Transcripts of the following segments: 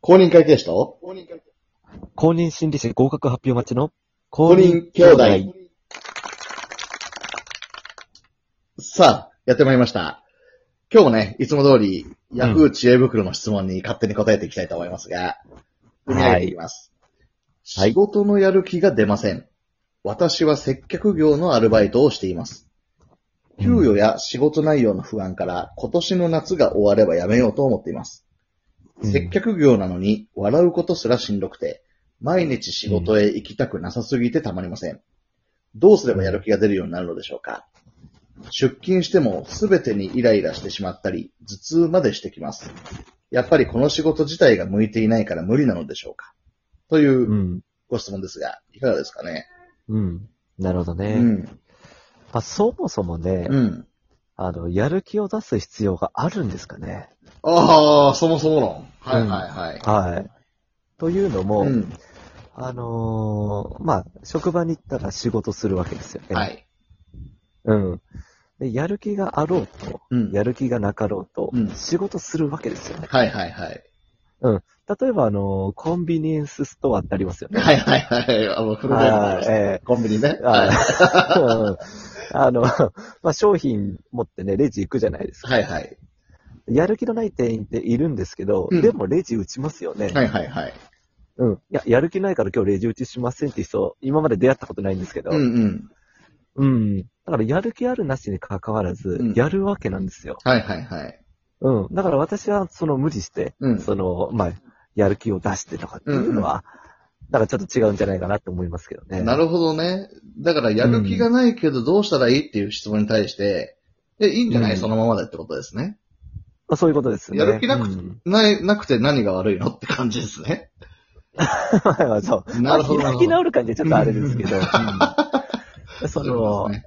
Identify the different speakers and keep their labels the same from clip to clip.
Speaker 1: 公認会計士と
Speaker 2: 公認心理士合格発表待ちの公
Speaker 1: 公認兄弟。さあ、やってまいりました。今日もね、いつも通り、ヤフー知恵袋の質問に勝手に答えていきたいと思いますが、
Speaker 2: はい
Speaker 1: 読み上げていきます。
Speaker 2: はい
Speaker 1: 仕事のやる気が出ません。私は接客業のアルバイトをしています。給与や仕事内容の不安から今年の夏が終わればやめようと思っています。
Speaker 2: うん。
Speaker 1: 接客業なのに笑うことすらしんどくて、毎日仕事へ行きたくなさすぎてたまりません。どうすればやる気が出るようになるのでしょうか出勤しても全てにイライラしてしまったり、頭痛までしてきます。やっぱりこの仕事自体が向いていないから無理なのでしょうかといううんご質問ですが、いかがですかね
Speaker 2: うん。なるほどね。
Speaker 1: うん。
Speaker 2: まあ、そもそもね、
Speaker 1: うん。
Speaker 2: あの、やる気を出す必要があるんですかね。
Speaker 1: ああ、そもそもの。はいはいはい。
Speaker 2: はい。というのも、
Speaker 1: うん。
Speaker 2: あのーまあ、職場に行ったら仕事するわけですよね。
Speaker 1: は。い。
Speaker 2: うん。で、やる気があろうと、
Speaker 1: うん。
Speaker 2: やる気がなかろうと、
Speaker 1: うん
Speaker 2: 仕事するわけですよね。
Speaker 1: はいはいはい。
Speaker 2: 例えば、あのーコンビニエンスストアってありますよね。
Speaker 1: はいはいはい。あの、フルネーム
Speaker 2: はい。
Speaker 1: で
Speaker 2: え
Speaker 1: コンビニね。
Speaker 2: え
Speaker 1: はい
Speaker 2: はいうん あの、まあ、商品持ってね、レジ行くじゃないですか。
Speaker 1: はいはい。
Speaker 2: やる気のない店員っているんですけど、
Speaker 1: うん
Speaker 2: でもレジ打ちますよね。
Speaker 1: はいはいはい。
Speaker 2: うん。いや、やる気ないから今日レジ打ちしませんって人、今まで出会ったことないんですけど。
Speaker 1: うんうん。
Speaker 2: うんだからやる気あるなしに関わらず、
Speaker 1: うん
Speaker 2: やるわけなんですよ。
Speaker 1: はいはいはい。
Speaker 2: うん。だから私は、その無理して、
Speaker 1: うん。
Speaker 2: その、まあ、やる気を出してとかっていうのは、なんかちょっと違うんじゃないかなって思いますけどね。
Speaker 1: なるほどね。だから、やる気がないけどどうしたらいいっていう質問に対して、え、いいんじゃない、
Speaker 2: うん
Speaker 1: そのままでってことですね。
Speaker 2: まあそういうことですね。
Speaker 1: やる気なく
Speaker 2: うん
Speaker 1: ない、なくて何が悪いのって感じですね。
Speaker 2: まあまあそ う。
Speaker 1: なるほど
Speaker 2: まあ開き直る感じはちょっとあれですけど、うんその、
Speaker 1: ね。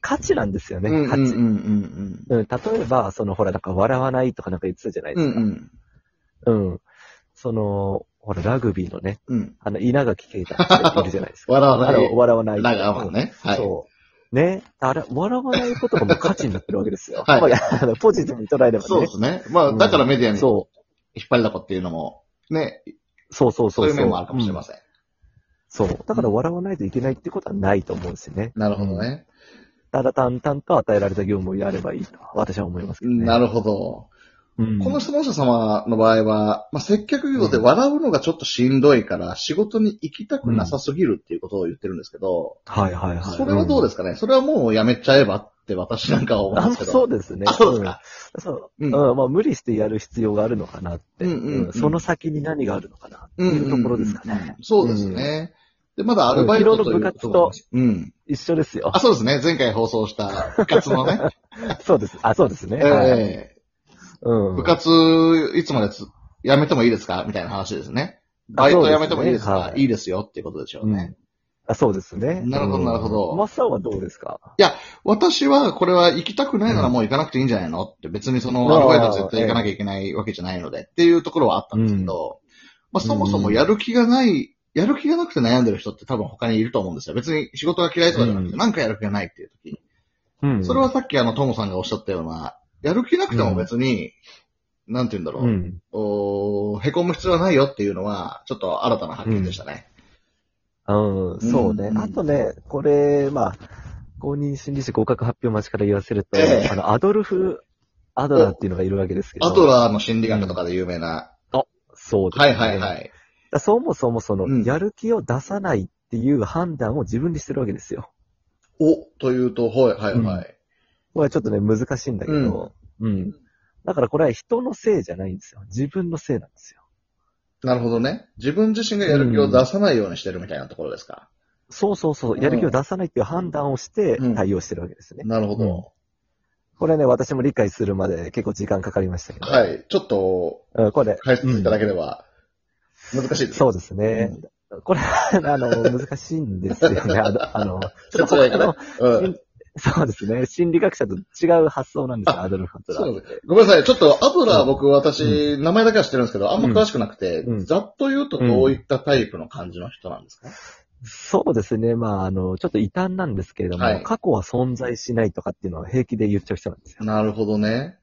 Speaker 2: 価値なんですよ
Speaker 1: う
Speaker 2: ね、
Speaker 1: んうん
Speaker 2: 価
Speaker 1: うん
Speaker 2: 値。
Speaker 1: うん
Speaker 2: うん、例えば、その、ほら、なんか、笑わないとかなんか言ってたじゃない
Speaker 1: うん。う
Speaker 2: で
Speaker 1: ん
Speaker 2: すか。うん、その、ほら、ラグビーのね、
Speaker 1: うん。うん。
Speaker 2: あの、稲垣啓太っているじゃないで すか。
Speaker 1: 笑
Speaker 2: あ
Speaker 1: わない
Speaker 2: の、。笑わない。
Speaker 1: 長はね。はい。。
Speaker 2: そう。ね。あれ、笑わないことがもう価値になってるわけですよ
Speaker 1: はい
Speaker 2: まああのポジティブに捉えればね。
Speaker 1: そうですね。まあ、だからメディアに引っ
Speaker 2: そ
Speaker 1: 張りだこっていうのも、ね、
Speaker 2: う。そうそう
Speaker 1: そ
Speaker 2: そ
Speaker 1: う
Speaker 2: う。
Speaker 1: いう面もあるかもしれま
Speaker 2: ん。
Speaker 1: せん。
Speaker 2: そう。だから笑わないといけないってことはないと思うんですよね。
Speaker 1: なるほどね。
Speaker 2: ただ淡々と与えられた業務をやればいいと、私は思いますけどね。
Speaker 1: な
Speaker 2: る
Speaker 1: るほど。
Speaker 2: ほど。
Speaker 1: この質問者様の場合は、まあ、接客業で笑うのがちょっとしんどいから、仕事に行きたくなさすぎるっていうことを言ってるんですけど、
Speaker 2: はいはいはい。
Speaker 1: それはどうですかね、それはもうやめちゃえばって私なんかは思うん
Speaker 2: あ
Speaker 1: ですけど。
Speaker 2: そうですね。
Speaker 1: あそうですか
Speaker 2: うん。そう。
Speaker 1: う
Speaker 2: うんん。まあ、無理してやる必要があるのかなって。
Speaker 1: うんうんうん
Speaker 2: うんその先に何があるのかなっ
Speaker 1: う
Speaker 2: て
Speaker 1: ん
Speaker 2: いうところですかね。
Speaker 1: そうですね。で、まだアルバイ
Speaker 2: う
Speaker 1: ト
Speaker 2: ん
Speaker 1: という
Speaker 2: 昨日
Speaker 1: と
Speaker 2: の部活と
Speaker 1: ころです。うん。
Speaker 2: 一緒ですよ
Speaker 1: あ、。そうですね。前回放送した部活の ね。
Speaker 2: そうです。あ、そうですね。はい。
Speaker 1: え
Speaker 2: う
Speaker 1: ー
Speaker 2: ん。
Speaker 1: 部活、いつまでつやめてもいいですかみたいな話ですね。バイトやめてもいいです
Speaker 2: あそう
Speaker 1: か
Speaker 2: ですねはい
Speaker 1: いいですよっていうことでしょうね。
Speaker 2: あ、そうですね。
Speaker 1: なるほど
Speaker 2: うん
Speaker 1: なるほど
Speaker 2: マッサンはどうですか
Speaker 1: 私は、これは行きたくないならもう行かなくていいんじゃないのって、別にそのアルバイトは絶対行かなきゃいけないわけじゃないので、っていうところはあったんですけど、まあそもそもやる気がない、やる気がなくて悩んでる人って多分他にいると思うんですよ。別に仕事が嫌いとかじゃなく
Speaker 2: う
Speaker 1: て、
Speaker 2: ん
Speaker 1: なんかやる気がないっていう時。
Speaker 2: うん
Speaker 1: それは、さっきあの、トモさんがおっしゃったような、やる気なくても別に、なんて言うんだろ
Speaker 2: う
Speaker 1: う、
Speaker 2: ん。
Speaker 1: おーへこむ必要はないよっていうのは、ちょっと新たな発見でしたね。
Speaker 2: うん、そうね
Speaker 1: う。ん
Speaker 2: あとね、これ、まあ、公認心理師合格発表待ちから言わせると、
Speaker 1: ええ
Speaker 2: あの、アドルフ・アドラーっていうのがいるわけですけど。
Speaker 1: あとはあの、心理学とかで有名な。
Speaker 2: そうです
Speaker 1: は
Speaker 2: ね。。
Speaker 1: いはいはいい。
Speaker 2: そもそもその、
Speaker 1: うん
Speaker 2: やる気を出さないっていう判断を自分でしてるわけですよ。
Speaker 1: お、というと、はいはいはい。
Speaker 2: これはちょっとね、難しいんだけど、うん。だからこれは人のせいじゃないんですよ。自分のせいなんですよ。
Speaker 1: なるほどね。自分自身がやる気を出さないようにしてるみたいなところですか。
Speaker 2: そうそうそう。やる気を出さないっていう判断をして
Speaker 1: うん
Speaker 2: 対応してるわけですね。
Speaker 1: なるほど、
Speaker 2: これね、私も理解するまで結構時間かかりましたけど。
Speaker 1: は。い。ちょっと、
Speaker 2: うん、これ。
Speaker 1: 解説いただければ、難しいです。
Speaker 2: そうですね。これ、あの、難しいんですよね。あの、あのちょっ
Speaker 1: 説
Speaker 2: と
Speaker 1: 明が
Speaker 2: 他
Speaker 1: ね
Speaker 2: の、
Speaker 1: うん。
Speaker 2: そうですね。心理学者と違う発想なんですよ、アドルフ・ハトラ
Speaker 1: そ
Speaker 2: ー
Speaker 1: う
Speaker 2: って。
Speaker 1: ごめんなさい。ちょっと、アドラー僕、私、名前だけは知ってるんですけど、あんま詳しくなくて、
Speaker 2: うん
Speaker 1: ざっと言うとどういったタイプの感じの人なんですか、
Speaker 2: そうですね。まあ、あの、ちょっと異端なんですけれども、
Speaker 1: はい
Speaker 2: 過去は存在しないとかっていうのは平気で言っちゃう人なんですよ。
Speaker 1: なるほどね。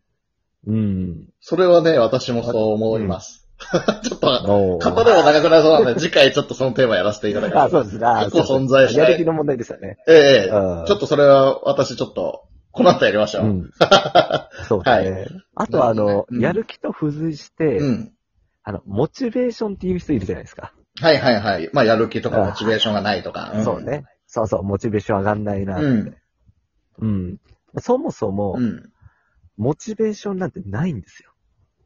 Speaker 2: うん。
Speaker 1: それはね、私もそう思います。 ちょっと、
Speaker 2: お
Speaker 1: 語れば長くなりそうなんで、次回ちょっとそのテーマやらせていただきま
Speaker 2: あ、
Speaker 1: す。
Speaker 2: そうですね。あ
Speaker 1: 結構存在し
Speaker 2: やる
Speaker 1: て
Speaker 2: 気。の問題ですよね。
Speaker 1: ええええ、
Speaker 2: うん
Speaker 1: ちょっとそれは私ちょっと、この後やりましょ
Speaker 2: う
Speaker 1: う。
Speaker 2: ん。そうですね。あとは、あ
Speaker 1: なる
Speaker 2: の
Speaker 1: ほ、どねうん
Speaker 2: やる気と付随して、
Speaker 1: うん。
Speaker 2: あの、モチベーションっていう人いるじゃないですか。
Speaker 1: はいはいはい。まあ、やる気とかモチベーションがないとか。ん
Speaker 2: そう。ね。そうそう、モチベーション上がんないな。
Speaker 1: うん。
Speaker 2: うん。そもそも
Speaker 1: う、ん。
Speaker 2: モチベーションなんてないんですよ。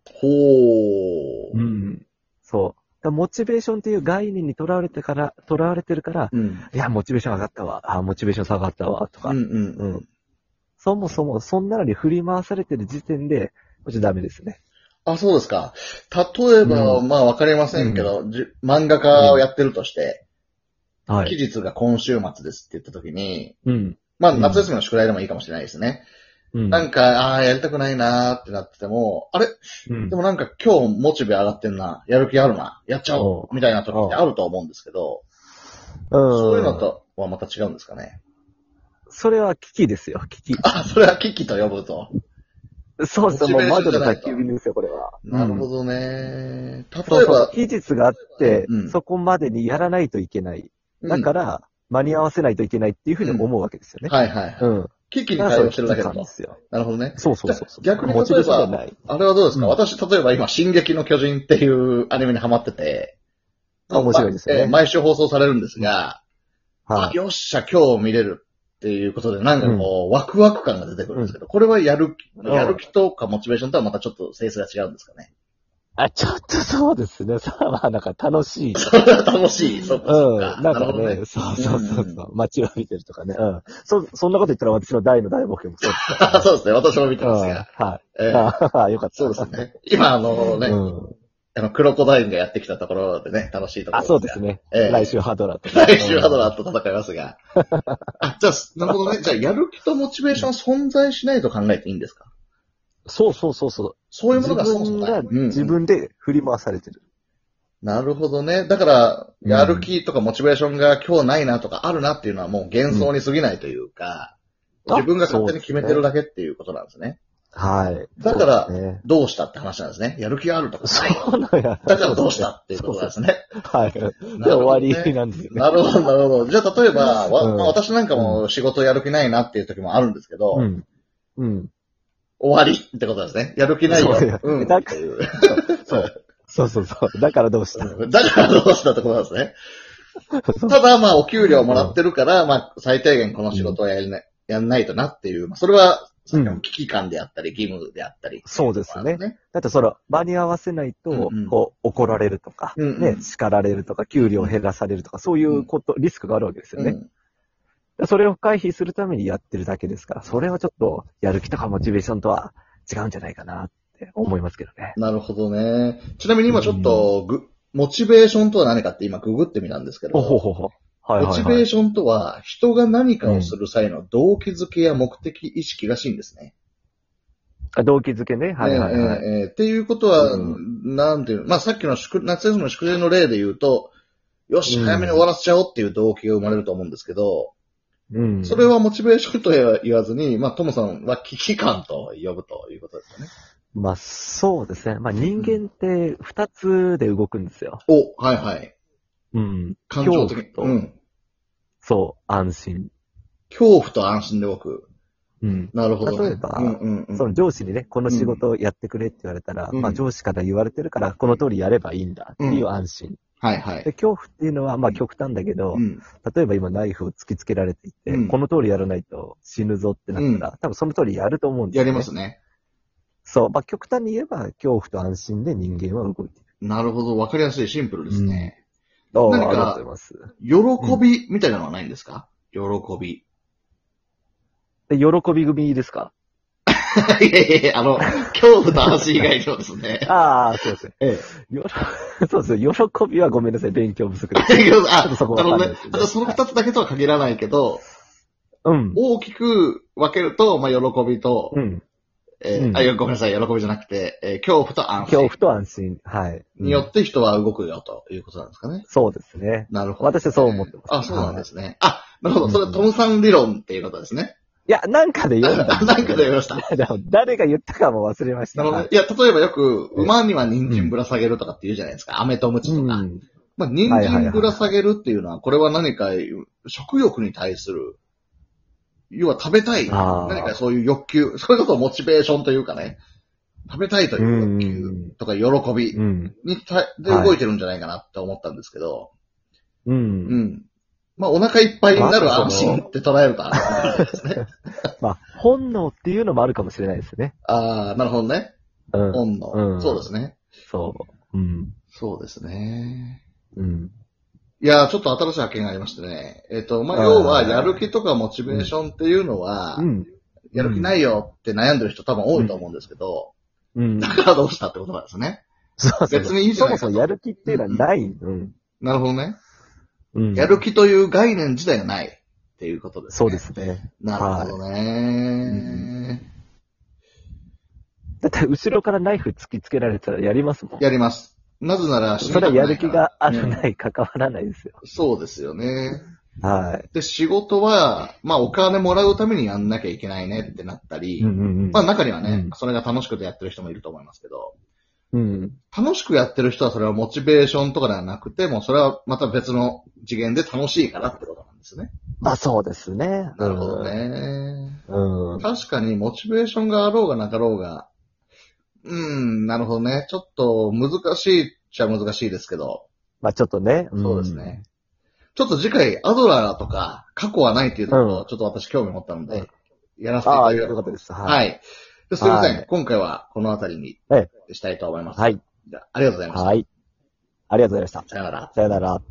Speaker 1: ほー。
Speaker 2: ん。そう。だからモチベーションっていう概念にとらわれてから、とらわれてるから、
Speaker 1: うん。
Speaker 2: いや、モチベーション上がったわ。あ、モチベーション下がったわ。とか、
Speaker 1: うんうん
Speaker 2: う
Speaker 1: うんん。
Speaker 2: そもそも、そんなのに振り回されてる時点で、もちろんダメですね。
Speaker 1: あ、そうですか。例えば、
Speaker 2: うん
Speaker 1: まあわかりませんけど、じゅ漫画家をやってるとして、
Speaker 2: は
Speaker 1: 期
Speaker 2: い。
Speaker 1: 日が今週末ですって言った時に、
Speaker 2: うん。
Speaker 1: まあ
Speaker 2: うん
Speaker 1: 夏休みの宿題でもいいかもしれないですね。
Speaker 2: うん。
Speaker 1: なんか、ああー、やりたくないなーってなってても、あれ
Speaker 2: うん
Speaker 1: でもなんか今日モチベ上がってんな、やる気あるな、やっちゃお
Speaker 2: お
Speaker 1: うみたいな時ってあると思うんですけど、そういうの。とはまた違うんですかね。
Speaker 2: それは危機ですよ、危機。
Speaker 1: あ、それは危機と呼ぶと。
Speaker 2: そうですね、もう
Speaker 1: モ
Speaker 2: 魔
Speaker 1: チベーション
Speaker 2: 女
Speaker 1: じゃ
Speaker 2: の
Speaker 1: ない
Speaker 2: 宅急便ですよ、これは。
Speaker 1: なる
Speaker 2: うん
Speaker 1: ほどね。例
Speaker 2: そう
Speaker 1: え
Speaker 2: そう
Speaker 1: ば、
Speaker 2: 期日があって、
Speaker 1: うん
Speaker 2: そこまでにやらないといけない。だか
Speaker 1: うん
Speaker 2: ら、間に合わせないといけないっていうふうに思うわけですよね。
Speaker 1: はいはいはい。
Speaker 2: うん。
Speaker 1: 危機に
Speaker 2: だから
Speaker 1: 対
Speaker 2: そう
Speaker 1: 応してるだけだ
Speaker 2: 危機感
Speaker 1: と
Speaker 2: で。すよ。
Speaker 1: なるほどね。
Speaker 2: そうそうそうそう。
Speaker 1: じゃあ逆に例えば
Speaker 2: モチベーションじゃない。
Speaker 1: あれはどうですか、
Speaker 2: うん
Speaker 1: 私、例えば今、進撃の巨人っていうアニメにハマってて、
Speaker 2: あ面白いですよね
Speaker 1: まあえー毎週放送されるんですが、
Speaker 2: は
Speaker 1: あよっしゃ、今日見れるっていうことで、なんかこう、ワクワク感が出てくるんですけど、これはやる気、
Speaker 2: うん
Speaker 1: やる気とかモチベーションとはまたちょっと性質が違うんですかね。
Speaker 2: あ、ちょっとそうですね。さあ、まあなんか楽しい。
Speaker 1: それは楽しい。そうか、
Speaker 2: う
Speaker 1: そ
Speaker 2: ん
Speaker 1: うか。。
Speaker 2: なん
Speaker 1: る
Speaker 2: か
Speaker 1: ほど
Speaker 2: ね、そうそうそう
Speaker 1: うん。
Speaker 2: そう。街を見てるとかね。うん。そ、そんなこと言ったら私の大の大冒険もそうですからね
Speaker 1: そうですね。私も見て
Speaker 2: うん。
Speaker 1: ますが。
Speaker 2: は
Speaker 1: え
Speaker 2: い。
Speaker 1: ー
Speaker 2: ああ、よかった。
Speaker 1: そうですね。今、あのね、
Speaker 2: うん。
Speaker 1: あの、クロコダインがやってきたところでね、楽しいところ
Speaker 2: あ、そうですね。
Speaker 1: ええ
Speaker 2: 来週ハドラー と。
Speaker 1: 来週はドラーと戦いますが。 あ、じゃあ、なるほどね。じゃあ、やる気とモチベーションは存在しないと考えていいんですか
Speaker 2: そうそうそうそう。
Speaker 1: そういうも
Speaker 2: 自
Speaker 1: のがそもそ
Speaker 2: 分
Speaker 1: もない。
Speaker 2: が、自
Speaker 1: うん
Speaker 2: 分で振り回されてる。
Speaker 1: なるほどね。だから、
Speaker 2: うん
Speaker 1: やる気とかモチベーションが今日ないなとかあるなっていうのはもう幻想に過ぎないというか、
Speaker 2: うん
Speaker 1: 自分が勝手に決めてる
Speaker 2: だ
Speaker 1: だけっていうことなんですね。
Speaker 2: はい。
Speaker 1: だから
Speaker 2: そうですね
Speaker 1: どうしたって話なんですね。やる気があるとかない。
Speaker 2: そうなんや。
Speaker 1: だからどうしたっていうことなんですね。
Speaker 2: はい。で、
Speaker 1: なるほどね
Speaker 2: 終わりなんですよね。
Speaker 1: なるほど、なるほど。じゃあ、例えば、わ
Speaker 2: うん
Speaker 1: まあ私なんかも仕事やる気ないなっていう時もあるんですけど、
Speaker 2: うん。 うん。
Speaker 1: 終わりってことですね。やる気ないよ。
Speaker 2: そうや
Speaker 1: うん。
Speaker 2: だからそう。そうそうそう。だからどうした
Speaker 1: うんだからどうしたってことなんですね。
Speaker 2: そう
Speaker 1: ただ、まあ、お給料もらってるから、まあ、最低限この仕事はやりな、やんないとなっていう、まあ、それは、さっきの危機感であったり、義務であったり。
Speaker 2: そうですね。
Speaker 1: ね。
Speaker 2: だってその、間に合わせないと
Speaker 1: うんうん、
Speaker 2: こう、怒られるとか、
Speaker 1: うんうん
Speaker 2: ね、叱られるとか、給料を減らされるとか、そういうこと、リスクがあるわけですよ
Speaker 1: う
Speaker 2: ね。
Speaker 1: ん。
Speaker 2: でそれを回避するためにやってるだけですから、それはちょっと、やる気とかモチベーションとは違うんじゃないかなって思いますけどね。
Speaker 1: なるほどね。ちなみに今ちょっと、ぐ、モチベーションとは何かって今ググってみたんですけど、
Speaker 2: おほほほ。はい
Speaker 1: モ
Speaker 2: はい
Speaker 1: チベ
Speaker 2: は
Speaker 1: ー
Speaker 2: い。
Speaker 1: ションとは、人が何かをする際の動機づけや目的意識らしいんですね。
Speaker 2: あ動機づけね。はいはいは
Speaker 1: え
Speaker 2: い。
Speaker 1: えええっていうことは、
Speaker 2: う
Speaker 1: なんていうの、まあ、さっきの宿夏休みの宿題の例で言うと、よし、
Speaker 2: うん
Speaker 1: 早めに終わらせちゃおうっていう動機が生まれると思うんですけど、
Speaker 2: うん。
Speaker 1: それはモチベーションとは言わずに、まあ、トムさんは危機感と呼ぶということですよね。
Speaker 2: まあ、そうですね。まあ、人間って二つで動くんですよ。
Speaker 1: お、はいはい。
Speaker 2: うん。
Speaker 1: 感情的
Speaker 2: 恐。怖と
Speaker 1: うん。
Speaker 2: そう、安心。
Speaker 1: 恐怖と安心で僕。
Speaker 2: うん。
Speaker 1: なるほど、ね。
Speaker 2: 例えば
Speaker 1: うんうんうん、
Speaker 2: その上司にね、この仕事をやってくれって言われたら、
Speaker 1: うん
Speaker 2: まあ上司から言われてるから、この通りやればいいんだっていう安心。
Speaker 1: はいは
Speaker 2: で、
Speaker 1: い。
Speaker 2: 恐怖っていうのは、まあ極端だけど、
Speaker 1: うん。
Speaker 2: 例えば今ナイフを突きつけられていて、
Speaker 1: うん
Speaker 2: この通りやらないと死ぬぞってなったら、多分その通りやると思うんです
Speaker 1: や
Speaker 2: よ、ね。
Speaker 1: りますね。
Speaker 2: そう、まあ極端に言えば、恐怖と安心で人間は動いている。
Speaker 1: なるほど。わかりやすい、シンプルですね。
Speaker 2: どう
Speaker 1: 何か
Speaker 2: ありがとうございます。
Speaker 1: 喜びみたいなのはないんですか、喜び。
Speaker 2: で、喜び組ですか
Speaker 1: いやいやいや、あの、恐怖と安心以外のですね。
Speaker 2: ああ、そうですね。
Speaker 1: え
Speaker 2: よろ そうですね。喜びはごめんなさい。勉強不 足です。
Speaker 1: あ、
Speaker 2: ちょっとそこ
Speaker 1: な
Speaker 2: わ
Speaker 1: るほ
Speaker 2: かん
Speaker 1: ど
Speaker 2: な
Speaker 1: ね
Speaker 2: いですけ。ど
Speaker 1: あその二つだけとは限らないけど、
Speaker 2: うん。
Speaker 1: 大きく分けると、まあ、喜びと、
Speaker 2: うん。
Speaker 1: えー
Speaker 2: うん
Speaker 1: あ、いやごめんなさい、喜びじゃなくて、えー恐怖と安
Speaker 2: 恐
Speaker 1: 心
Speaker 2: 怖と安心。はい。
Speaker 1: によって人は動くよということなんですかね。
Speaker 2: そうですね。
Speaker 1: なるほど。
Speaker 2: 私はそう思ってます。
Speaker 1: あ、そうなんですね。あ、なるほど。それはトムさん理論っていうことですね。
Speaker 2: いや、なんかで読んだ。
Speaker 1: あ なんかで言いました。
Speaker 2: でも誰が言ったかも忘れました
Speaker 1: なるほどね
Speaker 2: が。
Speaker 1: いや、例えばよく、馬には人参ぶら下げるとかって言うじゃないですか。飴とムチとか。
Speaker 2: うん
Speaker 1: まあ、人参ぶら下げるっていうのは、これは何か、食欲に対する、要は食べたい。
Speaker 2: あー
Speaker 1: 何かそういう欲求。それこそモチベーションというかね。食べたいという欲求とか喜び
Speaker 2: うん。
Speaker 1: にたで
Speaker 2: はい
Speaker 1: 動いてるんじゃないかなって思ったんですけど。
Speaker 2: う。
Speaker 1: うんん。まあ、お腹いっぱいになる
Speaker 2: まあ
Speaker 1: 安心って捉えるとあれなんですね。
Speaker 2: まあ、本能っていうのもあるかもしれないですね。
Speaker 1: ああ、なるほどね。
Speaker 2: うん。
Speaker 1: 本
Speaker 2: う
Speaker 1: 能。
Speaker 2: ん
Speaker 1: そうですね。
Speaker 2: そう。うん。
Speaker 1: そうですね。
Speaker 2: うん。
Speaker 1: いやー、ちょっと新しい発見がありましてね。えっ、と、まあ、
Speaker 2: あー
Speaker 1: 要は、やる気とかモチベーションっていうのは、
Speaker 2: うん。
Speaker 1: やる気ないよって悩んでる人多分多いと思うんですけど、
Speaker 2: う ん
Speaker 1: だ。からどうしたってことなんですね。
Speaker 2: そうそう。
Speaker 1: 別にいいじゃ
Speaker 2: そ
Speaker 1: ない
Speaker 2: も
Speaker 1: かと
Speaker 2: そもやる気っていうのはない。うん。
Speaker 1: なるほどね。
Speaker 2: うん。
Speaker 1: やる気という概念自体がないっていうことですね。
Speaker 2: そうで。すね。
Speaker 1: なるほどね、
Speaker 2: だって、後ろからナイフ突きつけられたらやりますもん。
Speaker 1: やります。なぜなら、死に
Speaker 2: そ
Speaker 1: た
Speaker 2: れ
Speaker 1: く
Speaker 2: は
Speaker 1: ない
Speaker 2: やる気
Speaker 1: から
Speaker 2: がある
Speaker 1: うん
Speaker 2: ない関わらないですよ。
Speaker 1: そうですよね。
Speaker 2: は
Speaker 1: で、仕事は、まあ、お金もらうためにやんなきゃいけないねってなった
Speaker 2: い。
Speaker 1: り、
Speaker 2: うんうんうん。
Speaker 1: まあ、中にはね、
Speaker 2: うん
Speaker 1: それが楽しくてやってる人もいると思いますけど、
Speaker 2: うん。
Speaker 1: 楽しくやってる人はそれはモチベーションとかではなくて、もうそれはまた別の次元で楽しいからってことなんですね。
Speaker 2: まあ、そうですね。
Speaker 1: なるほどね。
Speaker 2: うん。うん。
Speaker 1: 確かにモチベーションがあろうがなかろうが、うーん、なるほどね。ちょっと難しいっちゃ難しいですけど、
Speaker 2: まあ、ちょっとね。ん
Speaker 1: そうですね。。ちょっと次回、アドラーとか、過去はないっていうところ、
Speaker 2: う
Speaker 1: ちょっと私興味持ったので、
Speaker 2: うん
Speaker 1: やらせていた
Speaker 2: あ
Speaker 1: だ
Speaker 2: あ、
Speaker 1: き
Speaker 2: よ
Speaker 1: ま
Speaker 2: かったです。。
Speaker 1: す。はいい。ですいません。
Speaker 2: は
Speaker 1: 今回はこの辺り
Speaker 2: え
Speaker 1: にしたいと思います。
Speaker 2: はい。
Speaker 1: じゃあありがとうございました。
Speaker 2: はい。ありがとうございました。
Speaker 1: さよなら。
Speaker 2: さよなら。